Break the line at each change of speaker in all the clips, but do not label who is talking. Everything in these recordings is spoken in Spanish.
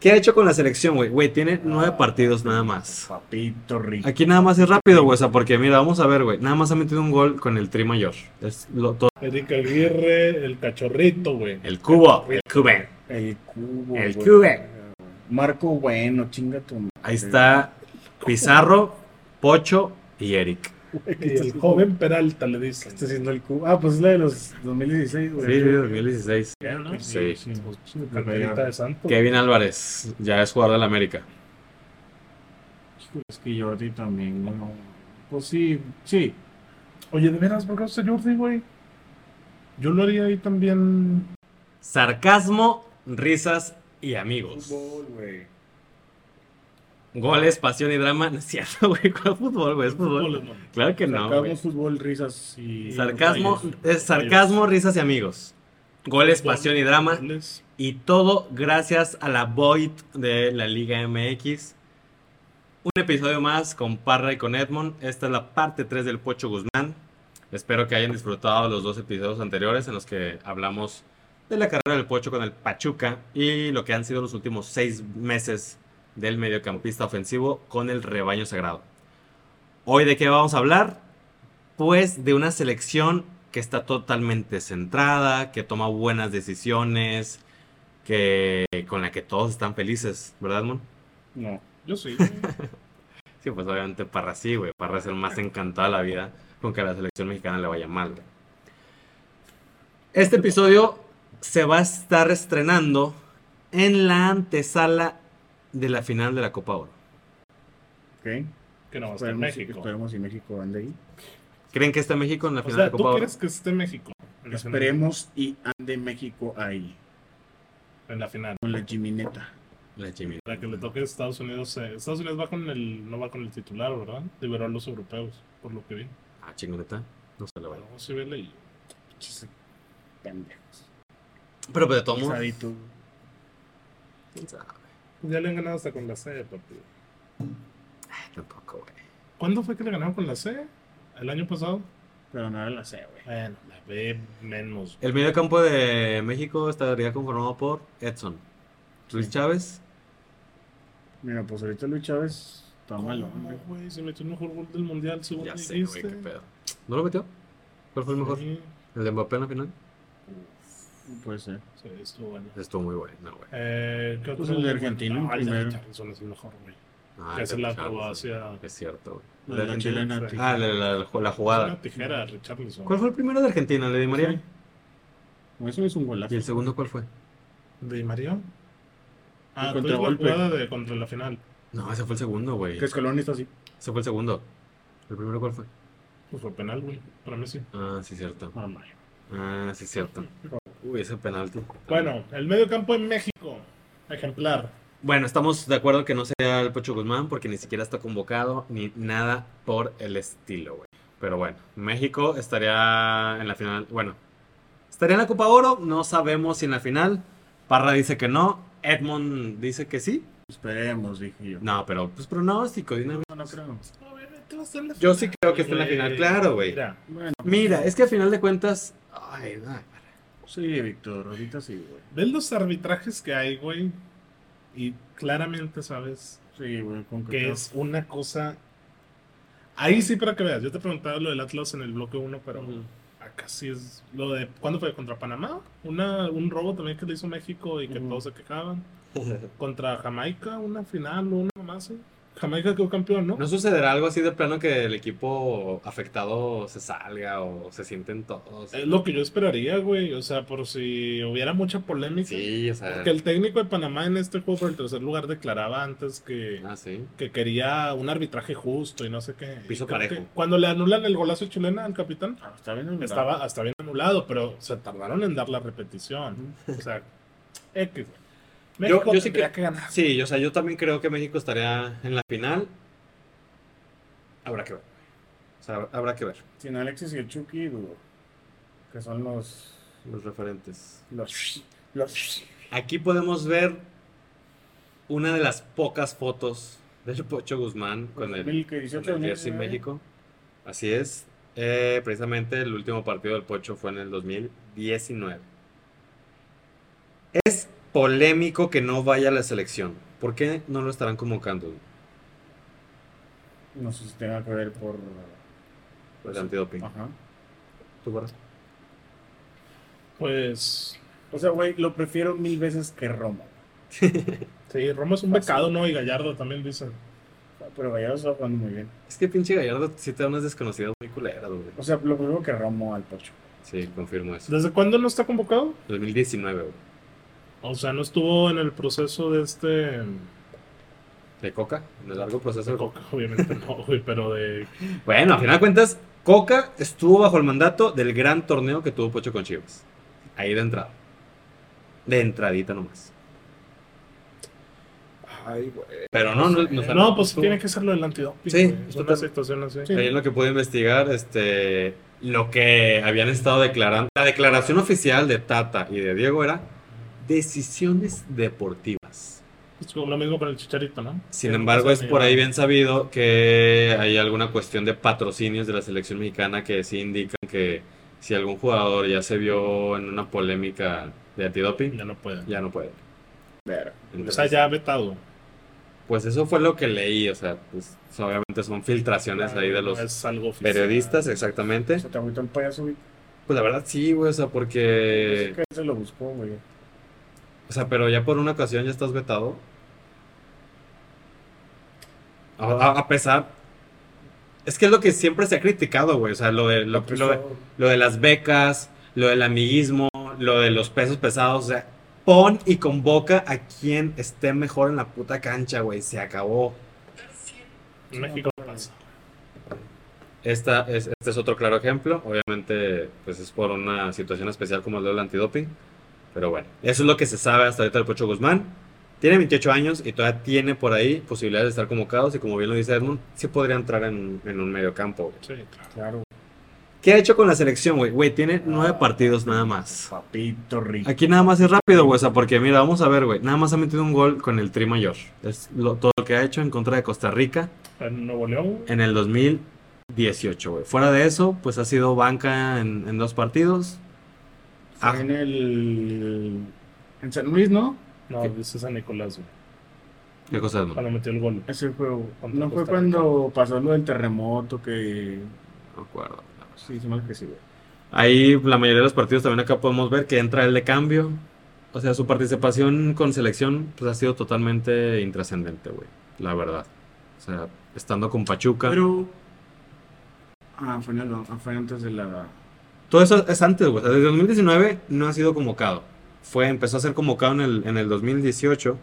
¿Qué ha hecho con la selección, güey? Güey, tiene nueve partidos nada más.
Papito rico.
Aquí nada más es rápido, güey. O sea, porque mira, vamos a ver, güey. Nada más ha metido un gol con el tri mayor. Es lo, todo.
Erika Aguirre, el cachorrito, güey.
El cubo. El cubo.
El cubo.
El
güey.
Cube.
Marco Bueno, chinga tu madre.
Ahí está Pizarro, Pocho y Eric.
Y el joven Peralta le dice.
Está haciendo el cubo. Ah, pues es la de los 2016,
Sí,
güey.
sí, 2016.
¿no?
Sí.
pues, Carterita de Santos.
Kevin Álvarez, ya es jugador del América.
Híjole, Es que Jordi también, güey, no. Pues sí, sí.
Oye, de veras, ¿por qué no está Jordi, güey? Yo lo haría ahí también.
Sarcasmo, risas y amigos.
Fútbol, güey.
Goles, pasión y drama. No es cierto, güey. ¿Cuál fútbol, güey? Es fútbol.
Goles, man.
Claro que no.
Sarcasmo,
güey.
fútbol, risas y.
Sarcasmo,
rayos.
es sarcasmo, risas y amigos. Goles,
Fútbol,
pasión y drama.
goles.
Y todo gracias a la Void de la Liga MX. Un episodio más con Parra y con Edmond. Esta es la parte 3 del Pocho Guzmán. Espero que hayan disfrutado los dos episodios anteriores en los que hablamos de la carrera del Pocho con el Pachuca y lo que han sido los últimos seis meses del mediocampista ofensivo con el rebaño sagrado. Hoy de qué vamos a hablar? Pues de una selección que está totalmente centrada, que toma buenas decisiones, que con la que todos están felices, ¿verdad, Mon?
No.
Yo sí.
Sí, pues obviamente Parra sí, güey. Parra es el más encantado de la vida con que a la selección mexicana le vaya mal, güey. Este episodio se va a estar estrenando en la antesala de la final de la Copa Oro.
Ok.
Que no va a estar en
Esperemos,
México.
esperemos si México ande ahí.
¿Creen que está México en la
O
final
sea,
de la
¿tú
Copa Oro?
quieres que esté México? En la final.
Esperemos y ande México ahí.
En la final.
Con la chimineta.
La chimina.
Para que le toque a Estados Unidos. eh, Estados Unidos va con el, no va con el titular, ¿verdad? Liberó a los europeos, por lo que vi.
Ah, chingoneta. No se la vaya.
Vamos a verle y
Pinches Pendejos.
Pero pues, de todo modo,
Pesadito.
quién sabe.
Ya le han ganado hasta con la C, papi.
Ay, Tampoco, güey.
¿Cuándo fue que le ganaron con la C? ¿El año pasado?
Pero no era la sé, güey.
Bueno, la B menos.
El medio campo de México estaría conformado por Edson, Luis Chávez,
Mira, pues ahorita Luis Chávez está malo,
No,
hombre.
Ah, güey, se metió el mejor gol del mundial, según
Ya sé,
dijiste.
güey, qué pedo. ¿No lo metió? ¿Cuál fue el mejor?
Este. Sí,
¿El de Mbappé en la final?
Puede ser.
sí, estuvo bueno.
Estuvo muy bueno, güey.
Eh, ¿qué
Pues
otro?
el de Argentina,
No, el de
primero.
Richarlison es el mejor, güey.
Ah, el
que
de
se la
Charles,
probó
sí.
hacia.
Es cierto,
La,
güey.
de la
Argentina-
chilena.
sí.
Ah, la, la- la
Una
jugada.
tijera, Richarlison.
¿Cuál fue el primero de Argentina, le di María?
Eso es un golazo.
¿Y el segundo cuál fue?
¿De María? Ah, tú
El
dices la
contragolpe.
jugada de contra la final.
No, ese fue el segundo, güey.
Que Escalón está así.
Ese fue el segundo. ¿El primero cuál fue?
Pues fue penal, güey. Para mí sí.
Ah, sí, cierto.
Ah, madre.
Ah, sí, cierto. Uy, ese penalti.
Bueno, el medio campo en México. Ejemplar.
Bueno, estamos de acuerdo que no sea el Pocho Guzmán porque ni siquiera está convocado ni nada por el estilo, güey. Pero bueno, México estaría en la final. Bueno, estaría en la Copa Oro, no sabemos si en la final. Parra dice que no, Edmond dice que sí.
Esperemos, dije yo.
No, pero pues pronóstico, de una vez.
No, no creo.
Obviamente va a estar en la
Yo sí creo que está en la
güey.
final, claro, güey.
Eh, Mira,
Bueno,
Mira, es que al final de cuentas. Ay, ay,
sí, Víctor, ahorita sí, güey.
ves los arbitrajes que hay, güey. Y claramente sabes
Sí, güey, con
que es una cosa. Ahí sí, para que veas. Yo te preguntaba lo del Atlas en el bloque 1, pero acá sí es. Lo de, ¿Cuándo fue? ¿Contra Panamá? Una, un robo también que le hizo México y que
Ujú.
todos se quejaban. Contra Jamaica, una final o una más. ¿eh? Jamaica quedó campeón, ¿no?
¿No sucederá algo así de plano que el equipo afectado se salga o se sienten todos?
Es lo que yo esperaría, güey. O sea, por si hubiera mucha polémica.
Sí, o sea.
Porque el técnico de Panamá en este juego por el tercer lugar declaraba antes que,
Ah, sí.
que quería un arbitraje justo y no sé qué.
Piso
Y creo
parejo.
que Cuando le anulan el golazo de chilena al capitán,
Ah, está bien,
estaba hasta bien anulado, pero se tardaron en dar la repetición. O sea, X. güey. México
Yo- yo sí
tendría
que-
ganar.
Sí, o sea, yo también creo que México estaría en la final. Habrá que ver. O sea, habrá que ver
Sin Alexis y el Chucky, dudo. Que son los.
los referentes.
Los. Los.
Aquí podemos ver una de las pocas fotos del Pocho Guzmán con el, con
2018,
el jersey
2019.
México. Así es. Eh, precisamente el último partido del Pocho fue en el 2019. Es polémico que no vaya a la selección. ¿Por qué no lo estarán convocando?
No sé si tenga que ver por.
Por el antidoping.
Ajá.
¿Tú, Barra?
Pues.
O sea, güey, lo prefiero mil veces que Roma.
Sí, Roma es un
Fácil.
becado, ¿no? Y Gallardo también dicen.
Pero Gallardo está jugando muy bien.
Es que pinche Gallardo sí te da unas desconocidas muy culeras, güey.
O sea, lo prefiero que Romo al Pocho.
Sí, confirmo eso.
¿Desde cuándo no está convocado?
2019, güey.
O sea, no estuvo en el proceso de este.
¿De Coca? En el largo proceso
De
de
Coca, obviamente no, güey, pero de.
Bueno, a final de cuentas, Coca estuvo bajo el mandato del gran torneo que tuvo Pocho con Chivas. Ahí de entrada. De entradita nomás.
Ay, güey.
Pero no, no, no, o sea,
No, pues
estuvo-
tiene que ser lo del antidoping.
Sí,
güey. es
esto
una
tam-
situación así.
Ahí en lo que pude investigar, este, lo que habían estado declarando, la declaración oficial de Tata y de Diego era decisiones deportivas.
Es como lo mismo con el chicharito, ¿no? pues,
Sin
Que
embargo,
no
es
pasa ni
por ahí
nada.
bien sabido que hay alguna cuestión de patrocinios de la selección mexicana que sí indican que si algún jugador ya se vio en una polémica de antidoping,
Ya no pueden.
ya no puede.
Pero.
O sea,
Entonces,
ya vetado.
pues eso fue lo que leí, o sea, pues obviamente son filtraciones ahí de
No
los
es algo oficial.
periodistas, eh. exactamente.
O sea, te agüita el payaso, güey.
Pues la verdad sí, güey, o sea, porque...
pues,
Yo sé que se lo buscó, güey.
O sea, pero ya por una ocasión ya estás vetado. A, a- a pesar. Es que es lo que siempre se ha criticado, güey. O sea, lo de, lo,
Porque
lo de-
eso-
lo de las becas, lo del amiguismo, lo de los pesos pesados. O sea, pon y convoca a quien esté mejor en la puta cancha, güey. Se acabó.
En México pasa.
Esta es, este es otro claro ejemplo. Obviamente, pues es por una situación especial como lo del antidoping. Pero bueno, eso es lo que se sabe hasta ahorita del Pocho Guzmán. Tiene 28 años y todavía tiene por ahí posibilidades de estar convocados. Y como bien lo dice Edmund, sí podría entrar en, en un medio campo.
Sí, claro.
Claro,
¿Qué ha hecho con la selección, güey? Güey, tiene nueve partidos nada más.
papito rico.
Aquí nada más es rápido, güey. O sea, porque mira, vamos a ver, güey. Nada más ha metido un gol con el tri mayor. Es lo- todo lo que ha hecho en contra de Costa Rica.
En Nuevo León.
en el 2018, güey. Fuera de eso, pues ha sido banca en, en dos partidos.
Fue en el. En San Luis, ¿no?
No, dice San Nicolás, güey.
¿Qué cosa es, no?
Cuando metió el gol.
Ese juego.
Contra
No fue
Costa Rica.
cuando pasó lo del terremoto que.
No acuerdo.
Sí, se mal que sí, güey.
Ahí la mayoría de los partidos también acá podemos ver que entra el de cambio. O sea, su participación con selección pues ha sido totalmente intrascendente, güey. La verdad. O sea, estando con Pachuca.
Pero. Ah, fue, en el- ah, fue antes de la.
Todo eso es antes, güey. O sea, Desde 2019 no ha sido convocado. Fue, empezó a ser convocado en el, en el 2018,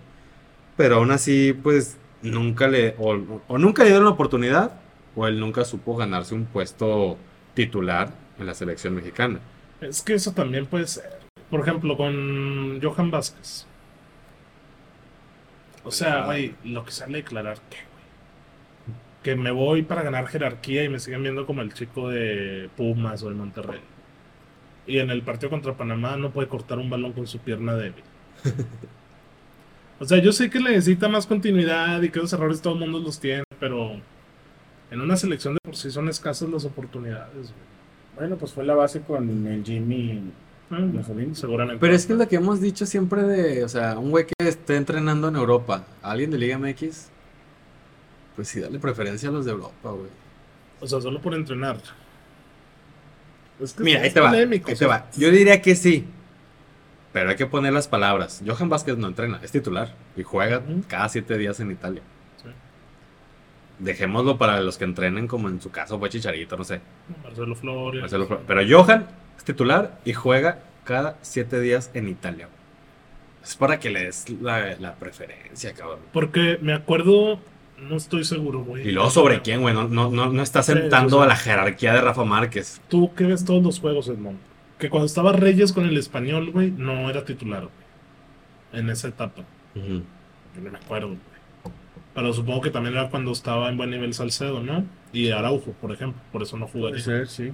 pero aún así, pues, nunca le, o, o nunca le dieron la oportunidad, o él nunca supo ganarse un puesto titular en la selección mexicana.
Es que eso también puede ser. Por ejemplo, con Johan Vázquez. O
Ah.
sea, güey, lo que sale a declarar que, güey. Que me voy para ganar jerarquía y me siguen viendo como el chico de Pumas o de Monterrey. Y en el partido contra Panamá no puede cortar un balón con su pierna débil. O sea, yo sé que le necesita más continuidad y que esos errores todo el mundo los tiene, pero en una selección de por sí son escasas las oportunidades,
Bueno, pues fue la base con el Jimmy
güey.
Mussolini.
Ah, Seguramente.
Pero es que es lo que hemos dicho siempre de, o sea, un güey que esté entrenando en Europa, alguien de Liga MX, pues sí, dale preferencia a los de Europa, güey.
O sea, solo por entrenar. Es que
Mira,
Este es
ahí te va,
polémico, pues.
ahí
o
te
sea,
va. Yo diría que sí, pero hay que poner las palabras. Johan Vázquez no entrena, es titular y juega
Ujú.
cada siete días en Italia.
Sí.
Dejémoslo para los que entrenen, como en su caso fue Chicharito, no sé.
Marcelo Flores.
Marcelo Flores. Pero Johan es titular y juega cada siete días en Italia. Es para que le des la, la preferencia, cabrón.
Porque me acuerdo, no estoy seguro, güey.
Y luego sobre quién, güey. No, no, no, no está
Sí, sí,
sentando
sí.
a la jerarquía de Rafa Márquez.
Tú que ves todos los juegos, Edmond. Que cuando estaba Reyes con el español, güey, no era titular, güey. En esa etapa. Yo no me acuerdo, güey. Pero supongo que también era cuando estaba en buen nivel Salcedo, ¿no? Y Araujo, por ejemplo. Por eso no
Puede
jugaría.
ser, sí.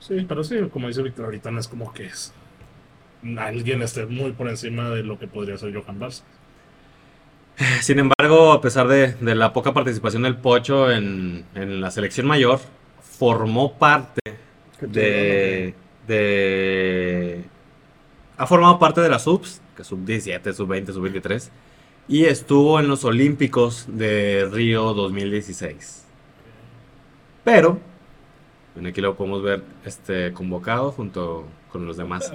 Sí, pero sí, como dice Víctor, ahorita no es como que es. Alguien esté muy por encima de lo que podría ser Johan Vázquez.
Sin embargo, a pesar de, de la poca participación del Pocho en, en la selección mayor, formó parte
Que tuvieron,
de, de ha formado parte de las subs, que sub 17, sub 20, sub 23, y estuvo en los Olímpicos de Río 2016. Pero, bueno, aquí lo podemos ver este, convocado junto con los demás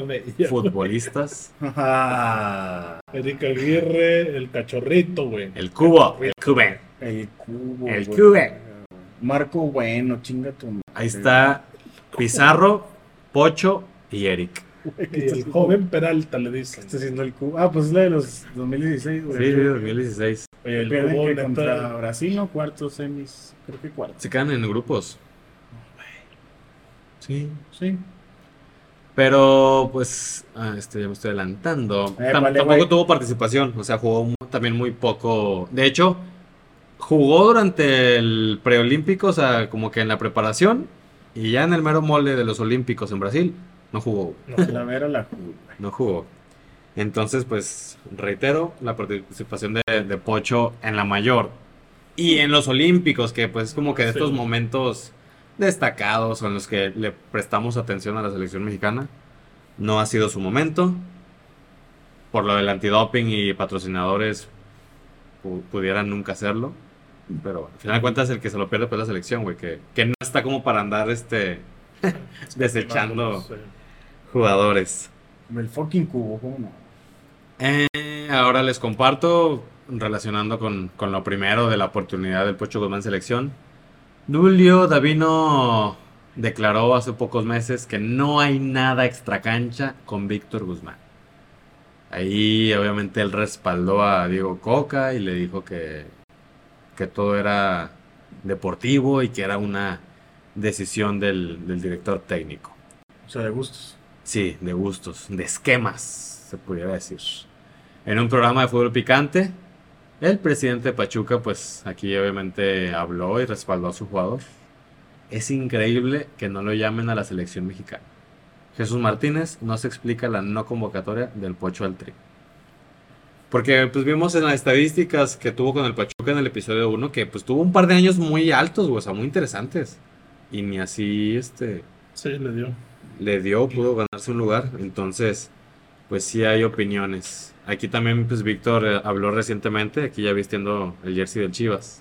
futbolistas.
Ah,
Erika Aguirre, el cachorrito, güey.
El cubo, el cube.
el cubo.
El
güey.
Cube.
Marco Bueno, chinga tu madre.
Ahí está Pizarro, Pocho y Eric.
Y
este
el joven Peralta le dicen.
Este Está haciendo el cubo. Ah, pues es la de los 2016,
Sí,
güey.
sí, 2016.
Oye, el
Pierden
cubo,
que
neta,
contra Brasil, ¿no? Cuartos, semis, creo que cuartos.
Se quedan en grupos. Sí.
Sí.
Pero, pues, ah, este, ya me estoy adelantando.
Eh,
Tam-
vale,
tampoco
güey.
tuvo participación, o sea, jugó mu- también muy poco. De hecho, jugó durante el preolímpico, o sea, como que en la preparación, y ya en el mero mole de los olímpicos en Brasil, no jugó,
no,
La vera la jugó.
no jugó. Entonces, pues, reitero, la participación de, de Pocho en la mayor. Y en los olímpicos, que pues es como que de
Sí.
estos momentos destacados en los que le prestamos atención a la selección mexicana, no ha sido su momento. Por lo del antidoping y patrocinadores pu- pudieran nunca hacerlo. Pero bueno, al final de cuentas el que se lo pierde pues es la selección, güey, que, que no está como para andar este desechando
Sí.
jugadores.
El fucking cubo, ¿cómo no?
Eh, ahora les comparto, relacionando con, con lo primero de la oportunidad del Pocho Guzmán selección. Julio Davino declaró hace pocos meses que no hay nada extracancha con Víctor Guzmán. Ahí obviamente él respaldó a Diego Coca y le dijo que, que todo era deportivo y que era una decisión del- del director técnico.
O sea, de gustos.
Sí, de gustos, de esquemas, se pudiera decir. En un programa de fútbol picante, el presidente de Pachuca, pues aquí obviamente habló y respaldó a su jugador. Es increíble que no lo llamen a la selección mexicana. Jesús Martínez no se explica la no convocatoria del Pocho al Tri. Porque pues vimos en las estadísticas que tuvo con el Pachuca en el episodio 1 que pues tuvo un par de años muy altos, güey, o sea, muy interesantes. Y ni así este
Sí, le dio.
le dio, pudo ganarse un lugar. Entonces, pues sí hay opiniones. Aquí también, pues Víctor eh, habló recientemente, aquí ya vistiendo el jersey del Chivas.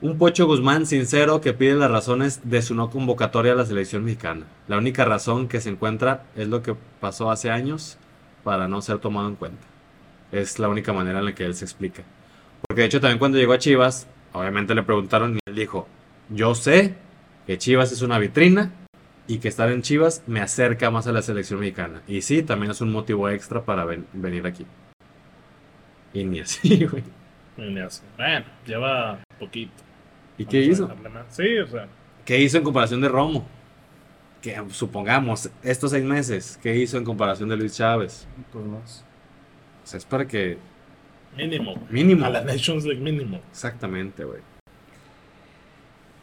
Un Pocho Guzmán sincero que pide las razones de su no convocatoria a la selección mexicana. La única razón que se encuentra es lo que pasó hace años para no ser tomado en cuenta. Es la única manera en la que él se explica. Porque de hecho también cuando llegó a Chivas, obviamente le preguntaron y él dijo, yo sé que Chivas es una vitrina, y que estar en Chivas me acerca más a la selección mexicana. Y sí, también es un motivo extra para ven- venir aquí. Y ni así, güey.
Y le hace. Bueno, lleva poquito.
¿Y qué
Vamos a
hizo?
dejarle más. Sí, o sea.
¿Qué hizo en comparación de Romo? Que supongamos, estos seis meses, ¿qué hizo en comparación de Luis Chávez?
Pues más.
O sea, es para que.
Mínimo.
Mínimo.
A la Nations League mínimo.
Exactamente, güey.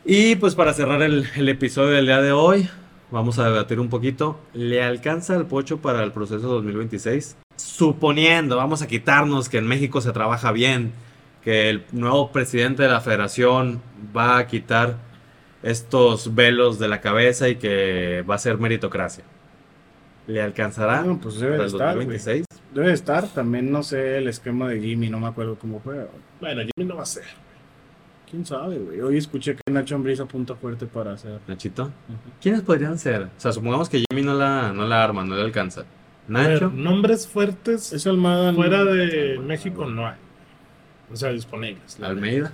Y pues para cerrar el, el episodio del día de hoy, vamos a debatir un poquito. ¿Le alcanza al pocho para el proceso 2026? Suponiendo, vamos a quitarnos que en México se trabaja bien, que el nuevo presidente de la federación va a quitar estos velos de la cabeza y que va a ser meritocracia. ¿Le alcanzará
No, pues debe
para
de
el
estar, güey.
2026?
Debe de estar. También no sé el esquema de Jimmy, no me acuerdo cómo juega. güey.
Bueno, Jimmy no va a ser.
¿Quién sabe, güey? Hoy escuché que Nacho Ambriz apunta fuerte para hacer.
Nachito. ¿Quiénes podrían ser? O sea, supongamos que Jimmy no la, no la arma, no le alcanza.
A ver,
Nacho,
nombres fuertes
Eso Almada. no-
fuera de
Ah, bueno,
México
bueno.
no hay. O sea, disponibles. la neta.
Almeida.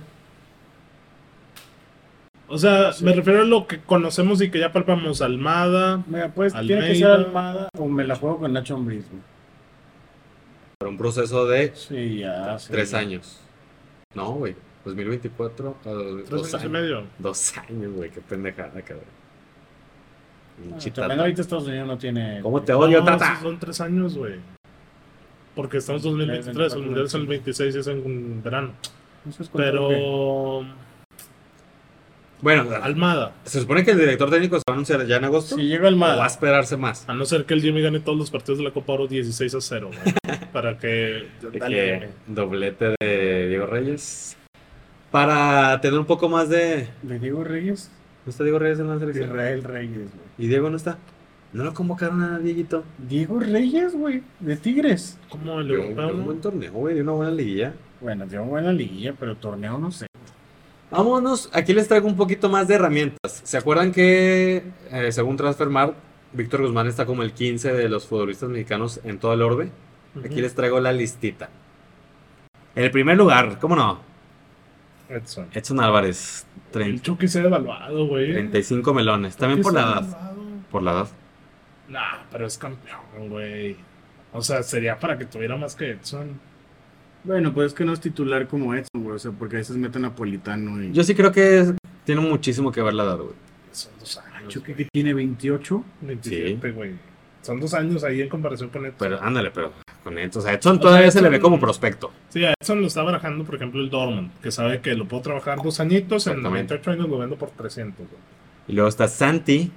O sea, me refiero a lo que conocemos y que ya palpamos. Almada.
Mira, pues tiene que ser
Almeida.
Almada o me la juego con Nacho Ambriz, güey.
Para un proceso de
Sí, ya. sí.
tres años. No, güey. 2024 a ah, dos,
Tres
dos
años y
años.
medio.
Dos años, güey. Qué pendejada, cabrón.
Ah,
Pinche
También
Tata.
ahorita Estados Unidos no tiene.
¿Cómo te odio,
No,
Tata?
sí son tres años, güey. Porque estamos en 2023, el mundial es el 26 y es en verano.
Esos cuentos, güey.
Pero. Ah,
Bueno,
Almada.
se supone que el director técnico se va a anunciar ya en agosto.
Si llega
¿O va a
Almada.
esperarse más?
A no ser que el Jimmy gane todos los partidos de la Copa Oro 16 a 0, güey. Para que.
de
dale,
que
güey.
doblete de Diego Reyes. Para tener un poco más de.
De Diego Reyes.
¿No está Diego Reyes en la selección?
Israel Reyes, güey.
¿Y Diego no está? No lo convocaron a Dieguito.
Diego Reyes, güey, de Tigres.
¿Cómo el
Dio un-
europeo?
dio un buen
no?
torneo, güey, dio una buena liguilla.
Bueno, dio buena liguilla, pero torneo no sé.
Vámonos, aquí les traigo un poquito más de herramientas. ¿Se acuerdan que, eh, según Transfermarkt, Víctor Guzmán está como el 15 de los futbolistas mexicanos en todo el orbe? Aquí
Ujú.
les traigo la listita. En el primer lugar, ¿cómo no?
Edson.
Edson Álvarez,
El
30,
Chucky se ha devaluado, güey.
35 melones. También
Chucky
por
se
la
ha
edad.
devaluado.
Por la edad.
Nah, pero es campeón, güey. O sea, sería para que tuviera más que Edson.
Bueno, pues es que no es titular como Edson, güey. O sea, porque a veces meten a Politano y.
Yo sí creo que es- tiene muchísimo que ver la edad, güey.
Son dos
Ah,
años.
Chucky que tiene 28.
27, güey. Son dos años ahí en comparación con Edson.
Pero ándale, pero con Edson. O sea, Edson todavía se le ve
Edson-
como prospecto.
Sí, a Edson lo está barajando, por ejemplo, el Dorman, que sabe que lo puedo trabajar dos añitos, en
Exactamente.
98 años lo vendo por 300. güey.
Y luego está Santi,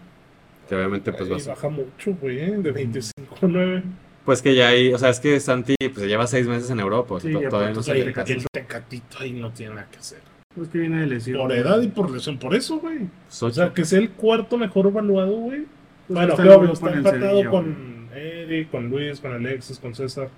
que obviamente pues
Ahí
va a ser-
baja mucho, güey, de 25 a 9.
Pues que ya hay, o sea, es que Santi pues se lleva seis meses en Europa, o sea,
Sí,
to-
y
todavía
aparte
no
es
se
ahí
le
Tecatito.
casa.
pues, el tecatito ahí no tiene nada que hacer.
Pues que viene de lesión.
Por
güey.
edad y por lesión, por eso, güey.
Pues
O
ocho.
sea, que sea el cuarto mejor evaluado, güey.
Pues
bueno,
está
claro,
en
está
Europa, en el
empatado
Sevilla, güey.
con Eric, con Luis, con Alexis, con César.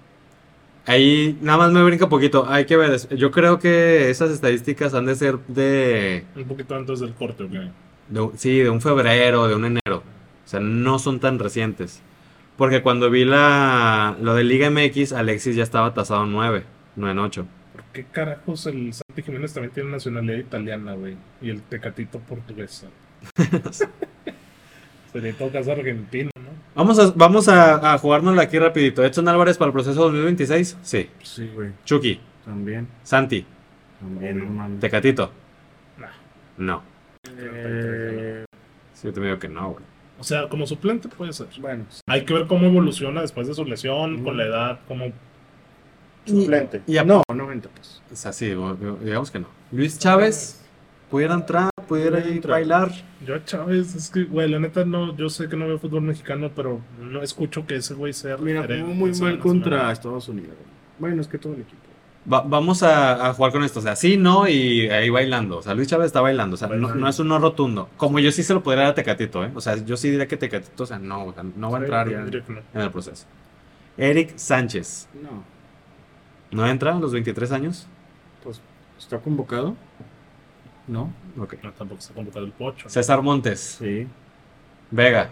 Ahí nada más me brinca poquito, hay que ver, yo creo que esas estadísticas han de ser de,
Un poquito antes del corte, güey.
de un- sí, de un febrero, de un enero, o sea, no son tan recientes. Porque cuando vi la, lo de Liga MX, Alexis ya estaba tasado en 9, no en 8.
¿Por qué carajos el Santi Jiménez también tiene nacionalidad italiana, güey? Y el tecatito portuguesa. Sería todo caso argentino, ¿no?
Vamos a, vamos a, a jugárnosla aquí rapidito. Edson Álvarez para el proceso 2026, sí.
Sí, güey.
Chucky,
También.
Santi,
También, no mames.
Tecatito,
Nah.
no.
Eh,
Sí, yo te digo que no, güey.
O sea, como suplente puede ser.
bueno,
Hay que ver cómo evoluciona después de su lesión,
Mm.
con la edad, cómo...
suplente.
y a-
no, 90 pues.
O sea, sí, o- o- digamos que no. Luis Chávez, pudiera entrar, pudiera
Pudiera
ir
entrar.
bailar.
Yo a Chávez, es que, güey, la neta no, yo sé que no veo fútbol mexicano, pero no escucho que ese güey sea
Mira,
referente
jugó muy
en
mal
selección
contra
nacional.
Estados Unidos. güey. Bueno, es que todo el equipo.
Va- vamos a, a jugar con esto. O sea, sí, no, y ahí bailando. O sea, Luis Chávez está bailando. O sea, no,
Bailando.
no es un no rotundo. Como yo sí se lo podría dar a Tecatito, ¿eh? O sea, yo sí diría que Tecatito, o sea, no, o sea, no va a
Sí,
entrar
yo
ya en
diría que no.
en el proceso. Eric Sánchez,
No,
¿no entra a los 23 años?
pues está convocado. No,
Ok.
No, tampoco se ha convocado el pocho.
César Montes,
sí,
Vega,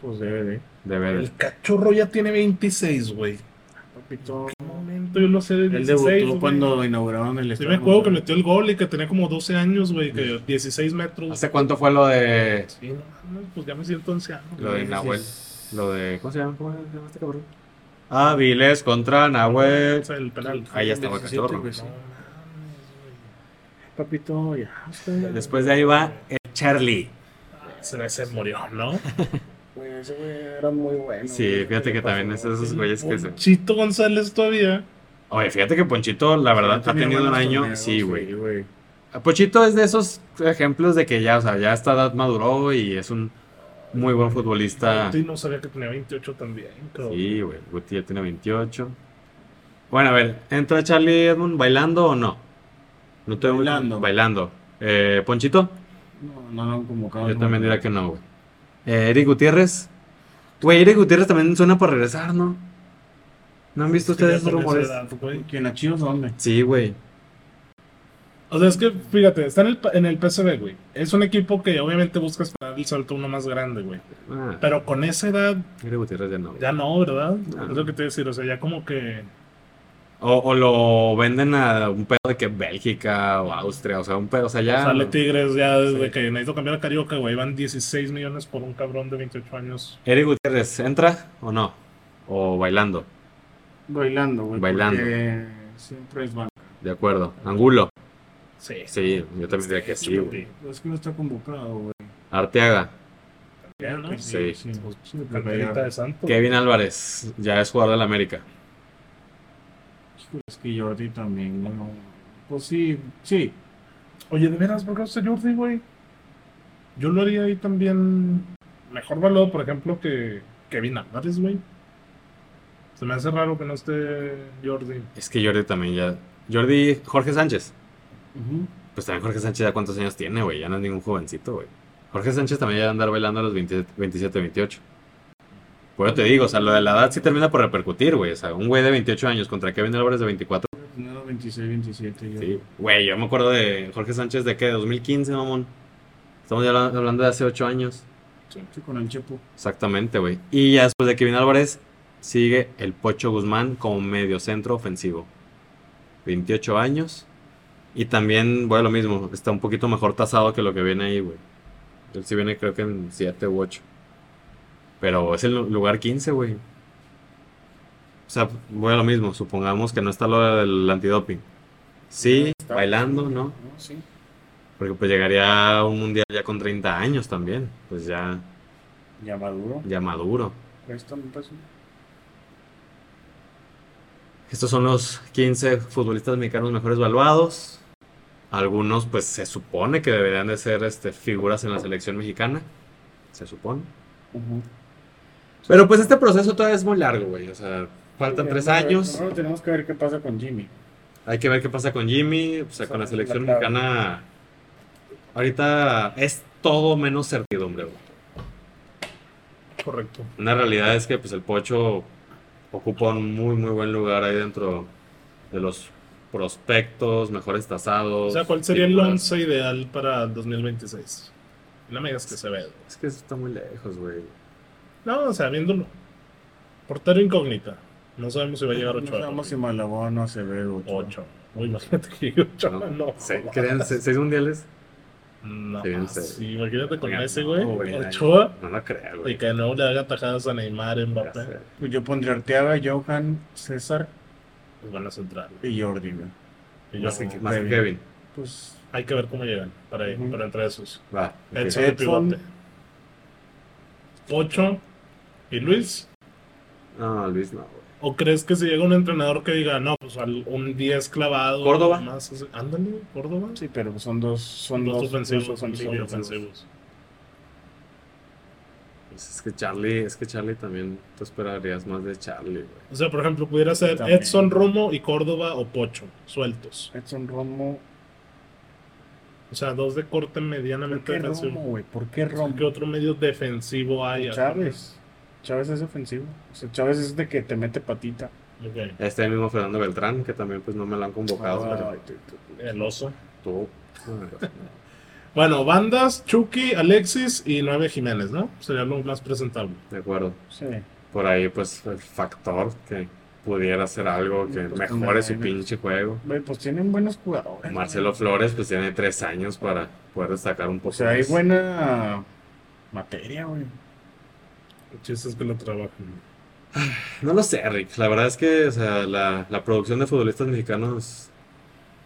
pues debe de.
debe de
el cachorro ya tiene 26, güey.
Papito.
Yo lo sé de
Él
16,
debutó
güey.
cuando inauguraron el
Sí
Este
estadio.
me acuerdo que metió el gol y que tenía como 12 años, güey, que 16 metros.
¿Hace cuánto fue lo de.
Sí, no, mames, pues ya me siento anciano.
Lo de
güey.
Nahuel. Lo de. ¿Cómo se llama? ¿Cómo se llama este cabrón? Áviles Ah, contra Nahuel.
O sea, el penal.
Ahí ya estaba
17,
Cachorro.
güey, sí.
No mames,
Papito, ya. está.
Después de ahí va el Charlie.
güey. Se me se murió, ¿no?
Güey, ese güey era muy bueno.
Sí,
güey.
fíjate que
Le pasó,
también es de
güey.
esos güeyes que se...
Chito González todavía.
Oye, fíjate que Ponchito, la verdad, ha tenido un
buenos
año...
torneos,
Sí, güey.
güey.
Ponchito es de esos ejemplos de que ya, o sea, ya a esta edad maduró y es un muy buen futbolista.
Guti no sabía que tenía 28 también, cabrón.
Sí, güey. Guti ya tiene 28. Bueno, a ver, ¿entra Charlie Edmund bailando o no? No te
Bailando.
Bailando. Eh, Ponchito,
No, no lo han convocado.
yo
no.
también diría que no, güey. Eh, Eric Gutiérrez. Güey, Eric Gutiérrez también suena para regresar, ¿no? ¿No han visto
Es que ya
ustedes esos
con esa
rumores?
edad, güey.
¿Quién a Chivas dónde?
Sí, güey.
O sea, es que, fíjate, está en el, en el PSV, güey. Es un equipo que obviamente buscas dar el salto a uno más grande, güey.
Ah,
Pero con esa edad,
Eric Gutiérrez ya no. güey.
ya no, ¿verdad?
No.
Es lo que te voy a decir, o sea, ya como que...
O, o lo venden a un pedo de que Bélgica o Austria, o sea, un pedo, o sea, ya.
Sale Tigres ya desde
Sí.
que necesito cambiar a Carioca, güey. Van 16 millones por un cabrón de 28 años.
Eric Gutiérrez, ¿entra o no? O bailando,
Bailando, güey.
Bailando.
porque Siempre es banca.
de acuerdo. Angulo,
Sí.
sí, yo también diría que sí, güey.
Es que no está convocado, güey.
Arteaga,
Ya, ¿no?
Sí.
Pues, sí, pero
Canterita de Santos.
Kevin Álvarez, ya es jugador del América.
Híjole, Es que Jordi también, güey, no. Pues sí, sí.
Oye, de veras, ¿por qué no está Jordi, güey? Yo lo haría ahí también. Mejor valor, por ejemplo, que Kevin Álvarez, güey. Se me hace raro que no esté Jordi.
Es que Jordi también ya. Jordi, Jorge Sánchez.
Ujú.
Pues también Jorge Sánchez ya cuántos años tiene, güey. Ya no es ningún jovencito, güey. Jorge Sánchez también ya va a andar bailando a los 20 27, 28. Por eso te digo, o sea, lo de la edad sí termina por repercutir, güey. O sea, un güey de 28 años contra Kevin Álvarez de 24.
Primero 26, 27. Yo.
Sí, güey, yo me acuerdo de Jorge Sánchez de qué, de 2015, mamón. Estamos ya habla- hablando de hace 8 años.
Sí, Con el Chepo.
Exactamente, güey. Y ya después de Kevin Álvarez, sigue el Pocho Guzmán como medio centro ofensivo. 28 años. Y también, bueno, lo mismo, está un poquito mejor tasado que lo que viene ahí, güey. Él sí viene creo que en 7 u 8. Pero es el lu- lugar 15, güey. O sea, bueno, lo mismo, supongamos que no está lo del antidoping. Sí,
Está-
bailando, ¿no?
No, sí.
Porque pues llegaría a un mundial ya con 30 años también. Pues ya,
Ya maduro.
ya maduro.
Esto me parece.
Estos son los 15 futbolistas mexicanos mejores valuados. Algunos, pues se supone que deberían de ser este, figuras en la selección mexicana. Se supone.
Ujú.
Pero pues este proceso todavía es muy largo, güey. O sea, faltan
Sí,
tres
primero-
años.
Primero tenemos que ver qué pasa con Jimmy.
Hay que ver qué pasa con Jimmy. O sea, con la selección mexicana. Ahorita es todo menos certidumbre, güey.
Correcto.
Una realidad es que pues el Pocho ocupa un muy muy buen lugar ahí dentro de los prospectos, mejores tasados.
O sea, ¿cuál sería el
figuras.
11 ideal para 2026? No me digas que se ve.
Es que eso está muy lejos, güey.
No, o sea, viéndolo. Portero incógnita. No sabemos si va a llegar
No
8
sabemos si Malabón no se ve ocho.
8. Uy, imagínate que llegue 8. No, no.
Se- ¿Querían se- seis mundiales?
No,
Sí, sí.
sí, imagínate Pues con
Oigan,
ese,
no,
güey.
güey,
Ochoa.
No lo creo,
Y
güey.
que de nuevo le haga tajadas a Neymar,
Ya
Mbappé.
sé.
Pues Yo pondría Arteaga, Johan, César
Pues van a centrar.
y Jordi. güey.
Y
Más
yo-
que, más que
Kevin.
Kevin.
Pues
Hay que ver cómo llegan para, ahí,
Ujú.
para entre esos.
Va.
Edson
ok.
de
Edson.
pivote. 8 y Luis.
No, Luis, no, güey.
¿O crees que si llega un entrenador que diga, no, pues al- un 10 clavado?
Córdoba.
Más, así- ándale, Córdoba.
sí, pero son dos. Son
Los
dos,
ofensivos,
dos
son
ofensivos.
ofensivos.
Pues es que Charlie, es que Charlie también te esperarías más de Charlie, güey.
O sea, por ejemplo, pudiera ser
También.
Edson Romo y Córdoba o Pocho, sueltos.
Edson Romo.
O sea, dos de corte
¿Por
medianamente
qué
defensivo.
Romo, güey? ¿Por qué Romo?
¿Qué otro medio defensivo hay?
Chávez. Chávez es ofensivo. O sea, Chávez es de que te mete patita.
Ok.
Este mismo Fernando Beltrán, que también pues no me lo han convocado,
Ah,
pero
tú, tú, tú.
El oso.
tú.
Bueno, bandas, Chucky, Alexis y 9 Jiménez, ¿no? Sería lo más presentable.
De acuerdo.
Sí.
Por ahí, pues, el factor que pudiera hacer algo que
Pues,
mejore su
no,
pinche juego.
Güey, pues tienen buenos jugadores.
Marcelo Flores, pues tiene tres años para poder destacar un poco.
O sea, hay
más.
buena materia, güey.
El chiste es que lo trabajan.
No lo sé, Rick. La verdad es que o sea, la, la producción de futbolistas mexicanos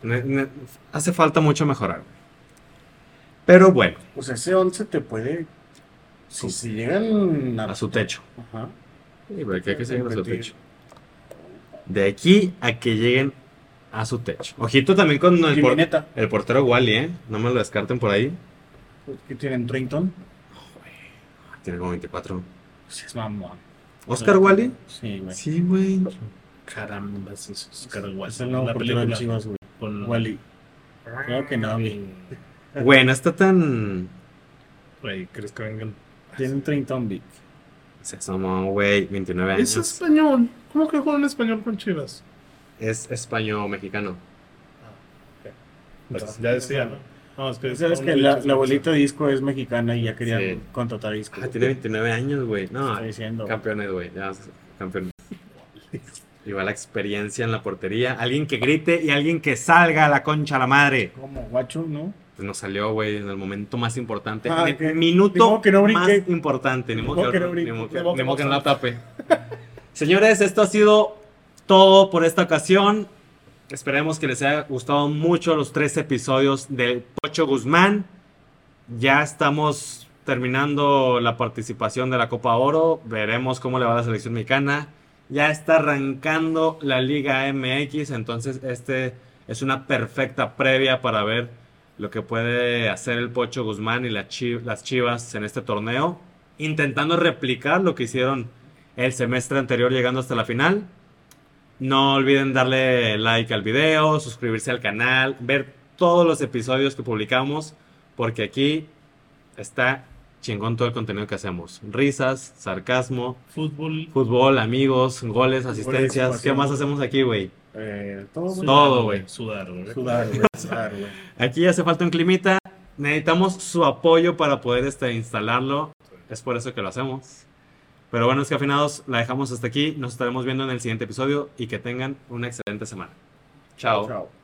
ne- ne- hace falta mucho mejorar. Pero bueno,
O sea, ese 11 te puede. Si, si llegan
a su techo.
Ajá.
Sí, porque hay que seguir a su
Competir.
techo. De aquí a que lleguen a su techo. Ojito también con el, por-
Jimeneta,
el portero Wally, ¿eh? No me lo descarten por ahí.
que tienen Trinton.
Ah, Tiene como 24.
Sí, pues, es mamón.
¿Oscar Wally?
Sí, güey.
Sí, güey.
Caramba, es Oscar
Es el nuevo
La
portero de
película
Chivas, güey.
con
Wally. Claro que no, güey.
Güey, no está tan.
Güey, ¿crees que vengan?
Ah,
Tienen Trinton, Vic.
Se asomó, güey. 29
Es
años.
español. ¿Cómo que juega en español con Chivas?
Es español mexicano.
Pues, ya decía, ¿no? No, es que
Sabes que la, la abuelita disco es mexicana y ya querían
Sí.
contratar disco.
Ah, tiene ah, 29 años, güey. No,
Está diciendo.
campeones, güey. Ya, campeones. Igual la experiencia en la portería. Alguien que grite y alguien que salga a la concha a la madre.
Como guacho, ¿no?
Pues nos salió, güey, en el momento más importante.
Ah,
en el
que-
minuto
ni modo que no brinque.
más importante. Ni modo que, no
brinque,
ni modo que-
ni modo que
ni modo que no
no
la tape. Señores, esto ha sido todo por esta ocasión. Esperemos que les haya gustado mucho los tres episodios del Pocho Guzmán. Ya estamos terminando la participación de la Copa Oro. Veremos cómo le va a la selección mexicana. Ya está arrancando la Liga MX, entonces este es una perfecta previa para ver lo que puede hacer el Pocho Guzmán y la Chi- las Chivas en este torneo, intentando replicar lo que hicieron el semestre anterior llegando hasta la final. No olviden darle like al video, suscribirse al canal, ver todos los episodios que publicamos, porque aquí está chingón todo el contenido que hacemos. Risas, sarcasmo,
Fútbol,
fútbol, amigos, goles, asistencias. ¿Qué
pasión.
más hacemos aquí, güey?
Eh, todo, güey.
Todo, güey.
Sudar, güey.
Sudar, güey. Sudar, güey.
Aquí hace falta un climita. Necesitamos su apoyo para poder este, instalarlo. Es por eso que lo hacemos. Pero bueno, escafinados, la dejamos hasta aquí. Nos estaremos viendo en el siguiente episodio y que tengan una excelente semana. Chao.
Chao.